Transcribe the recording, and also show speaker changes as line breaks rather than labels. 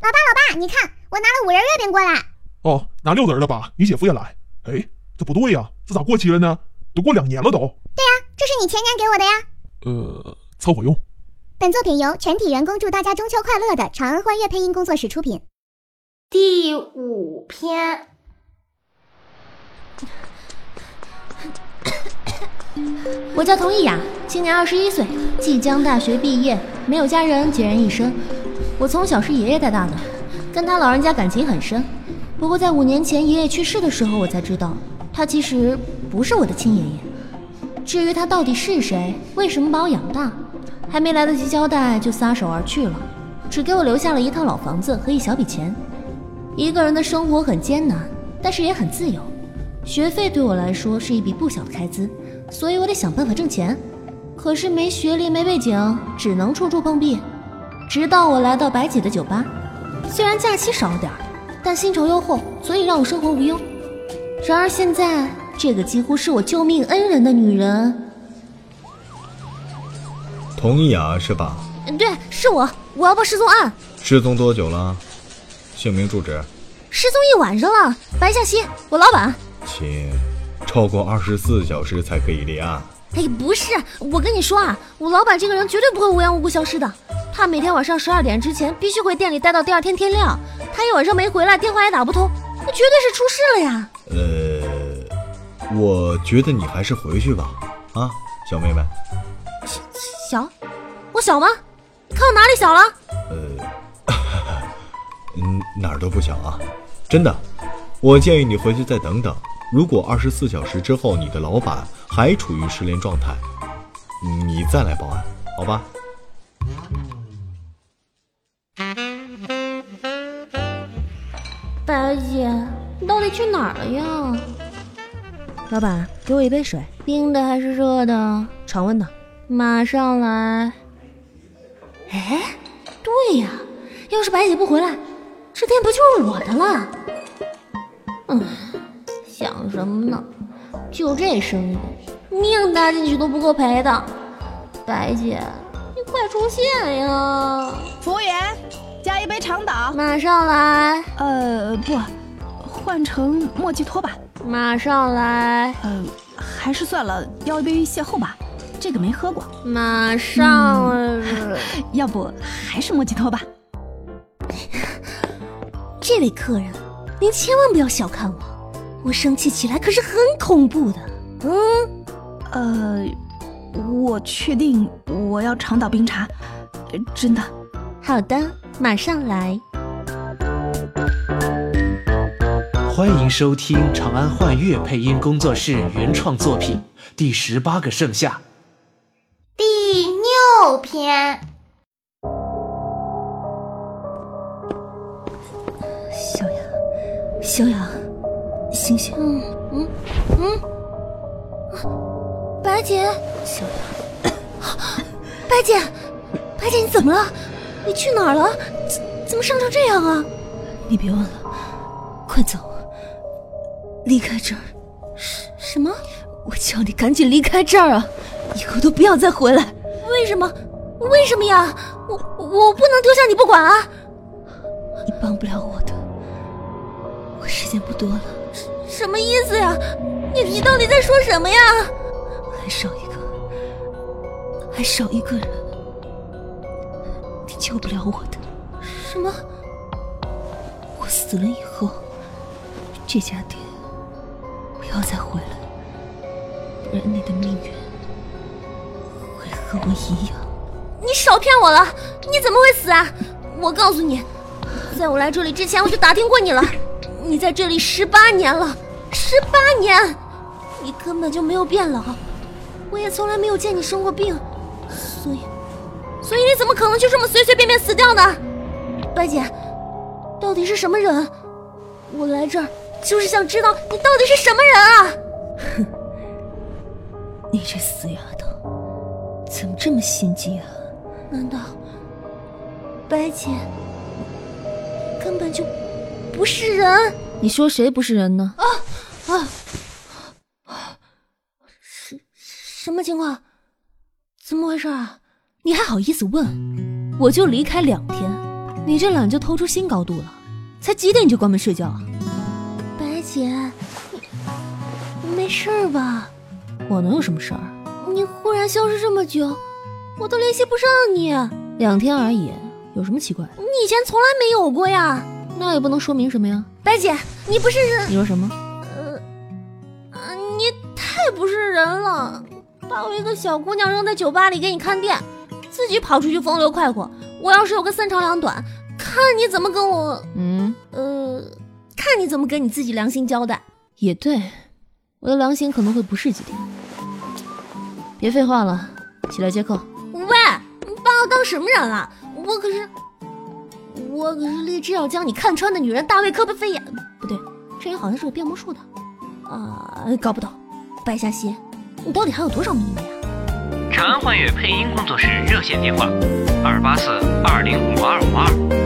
看，啊你看，我拿了五仁月饼过来。
哦，拿六仁的吧？你姐夫也来。哎，这不对呀、这咋过期了呢？都过两年了都。
这是你前年给我的呀。
呃，凑合用。
本作品由全体员工祝大家中秋快乐的长安欢悦配音工作室出品。
第五篇，
我叫童一雅，今年二十一岁，即将大学毕业，没有家人，孑然一身。我从小是爷爷带大的，跟他老人家感情很深。不过在五年前爷爷去世的时候，我才知道他其实不是我的亲爷爷。至于他到底是谁，为什么把我养大，还没来得及交代就撒手而去了，只给我留下了一套老房子和一小笔钱。一个人的生活很艰难，但是也很自由。学费对我来说是一笔不小的开支，所以我得想办法挣钱。可是没学历、没背景，只能处处碰壁。直到我来到白姐的酒吧，虽然假期少了点儿，但薪酬优厚，所以让我生活无忧。然而现在，这个几乎是我救命恩人的女人，
童一雅啊是吧？
嗯，对，是我，我要报失踪案，
失踪多久了？姓名、住址，
失踪一晚上了。白夏曦，我老板。
请超过二十四小时才可以立案。
哎，不是，我跟你说啊，我老板这个人绝对不会无缘无故消失的。他每天晚上十二点之前必须回店里待到第二天天亮。他一晚上没回来，电话也打不通，那绝对是出事了呀！
呃，我觉得你还是回去吧。啊，小妹妹，
小，我小吗？你看我哪里小了？
嗯，哪儿都不想啊，真的。我建议你回去再等等。如果二十四小时之后你的老板还处于失联状态，你再来报案，好吧？
白姐，你到底去哪儿了呀？
老板，给我一杯水，
冰的还是热的？
常温的。
马上来。哎，对呀，要是白姐不回来，这店不就是我的了？嗯，想什么呢？就这生意，命搭进去都不够赔的。白姐，你快出现呀！
服务员，加一杯长岛。
马上来，
呃，不，换成莫吉托吧。
马上来，
呃，还是算了，要一杯邂逅吧。这个没喝过，
马上来。
要不还是莫吉托吧。
这位客人，您千万不要小看我，我生气起来可是很恐怖的。嗯，
呃，我确定我要长岛冰茶，呃真的。
好的，马上来。
欢迎收听长安幻乐配音工作室原创作品《第十八个盛夏》。
第六篇，
小雅，小雅，醒醒！嗯
白姐，
小雅，
白姐，白姐，你怎么了？你去哪儿了？怎怎么伤成这样啊？
你别问了，快走，离开这儿！
什么？
我叫你赶紧离开这儿啊！以后都不要再回来。
为什么？为什么呀？我我不能丢下你不管啊！
你帮不了我的，我时间不多了，
什么意思呀？你你到底在说什么呀？
还少一个，还少一个人，你救不了我的。
什么？
我死了以后，这家店不要再回来，不然你的命运会和我一样。
你少骗我了！你怎么会死啊？我告诉你，在我来这里之前我就打听过你了，你在这里十八年了，十八年，你根本就没有变老，我也从来没有见你生过病，所以，所以你怎么可能就这么随随便便死掉呢？白姐，到底是什么人？我来这儿就是想知道你到底是什么人啊！
你这死丫头，怎么这么心机啊？
难道白姐根本就不是人？啊
你说谁不是人呢？
什么情况？怎么回事啊？
你还好意思问？我就离开两天，你这懒就偷出新高度了。才几点你就关门睡觉啊？白姐，你没事儿吧？我能有什么事儿？啊你忽然消失这么久，我都联系不上你。两天而已，有什么奇怪？你以前从来没有过呀。那也不能说明什么呀。白姐，你不是人。你说什么？呃，呃你太不是人了，把我一个小姑娘扔在酒吧里给你看店，自己跑出去风流快活。我要是有个三长两短，看你怎么跟我……嗯，呃，看你怎么跟你自己良心交代。也对，我的良心可能会不适几天。别废话了，起来接客。喂，你把我当什么人啊？我可是，我可是立志要将你看穿的女人大卫科贝菲也不对，这人好像是个变魔术的，啊、搞不懂。白夏曦，你到底还有多少秘密啊？
长安幻乐配音工作室热线电话：二八四二零五二五二。